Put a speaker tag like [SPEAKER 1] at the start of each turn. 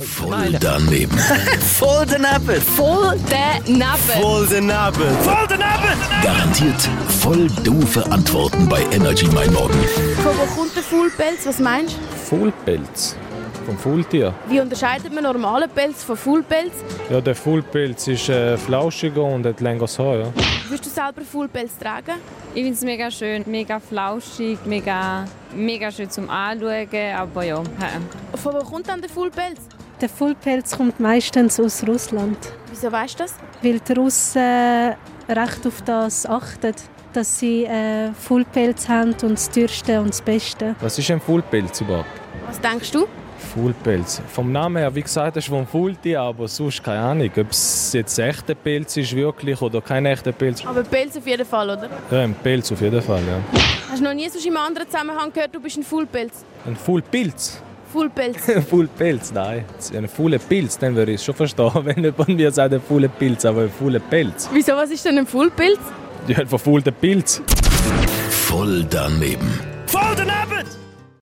[SPEAKER 1] Voll daneben.
[SPEAKER 2] Voll Nappes.
[SPEAKER 3] Voll daneben.
[SPEAKER 4] Voll daneben.
[SPEAKER 2] Voll daneben.
[SPEAKER 1] Garantiert voll doofe Antworten bei Energy Mein Morgen.
[SPEAKER 3] Von wo kommt der Fullpelz? Was meinst du?
[SPEAKER 5] Fuhlpelz. Vom Fuhltier.
[SPEAKER 3] Wie unterscheidet man normalen Pelz von Fullpelz?
[SPEAKER 5] Ja, der Fuhlpelz ist äh, flauschiger und hat längeres Haar. Ja.
[SPEAKER 3] Würdest du selber Fullpelz tragen?
[SPEAKER 6] Ich finde es mega schön, mega flauschig, mega, mega schön zum Anschauen. Aber ja, hä.
[SPEAKER 3] Von wo kommt dann der Fullpelz?
[SPEAKER 7] Der Fullpelz kommt meistens aus Russland,
[SPEAKER 3] Wieso weißt du das?
[SPEAKER 7] weil die Russen äh, recht auf das achten, dass sie äh, Fullpelz haben und das Teuerste und das Beste.
[SPEAKER 5] Was ist ein Fuhlpelz überhaupt?
[SPEAKER 3] Was denkst du?
[SPEAKER 5] Fuhlpelz. Vom Namen her, wie gesagt, das ist vom Fuhltier, aber sonst keine Ahnung, ob es jetzt echter Pelz ist wirklich oder kein echter Pelz.
[SPEAKER 3] Aber Pelz auf jeden Fall, oder?
[SPEAKER 5] Ja, ein Pelz auf jeden Fall, ja.
[SPEAKER 3] Hast du noch nie sonst in einem anderen Zusammenhang gehört, du bist ein Fullpelz?
[SPEAKER 5] Ein Fuhlpilz?
[SPEAKER 3] Fullpelz.
[SPEAKER 5] Ein Fuhlpelz, nein. Ein fuhler Pilz, dann würde ich es schon verstehen, wenn jemand mir sagt, ein fuhler Pilz, aber ein fuhler Pelz.
[SPEAKER 3] Wieso, was ist denn ein Fullpelz?
[SPEAKER 5] Ja, ein verfaulter Pilz.
[SPEAKER 1] Voll daneben.
[SPEAKER 2] Voll daneben.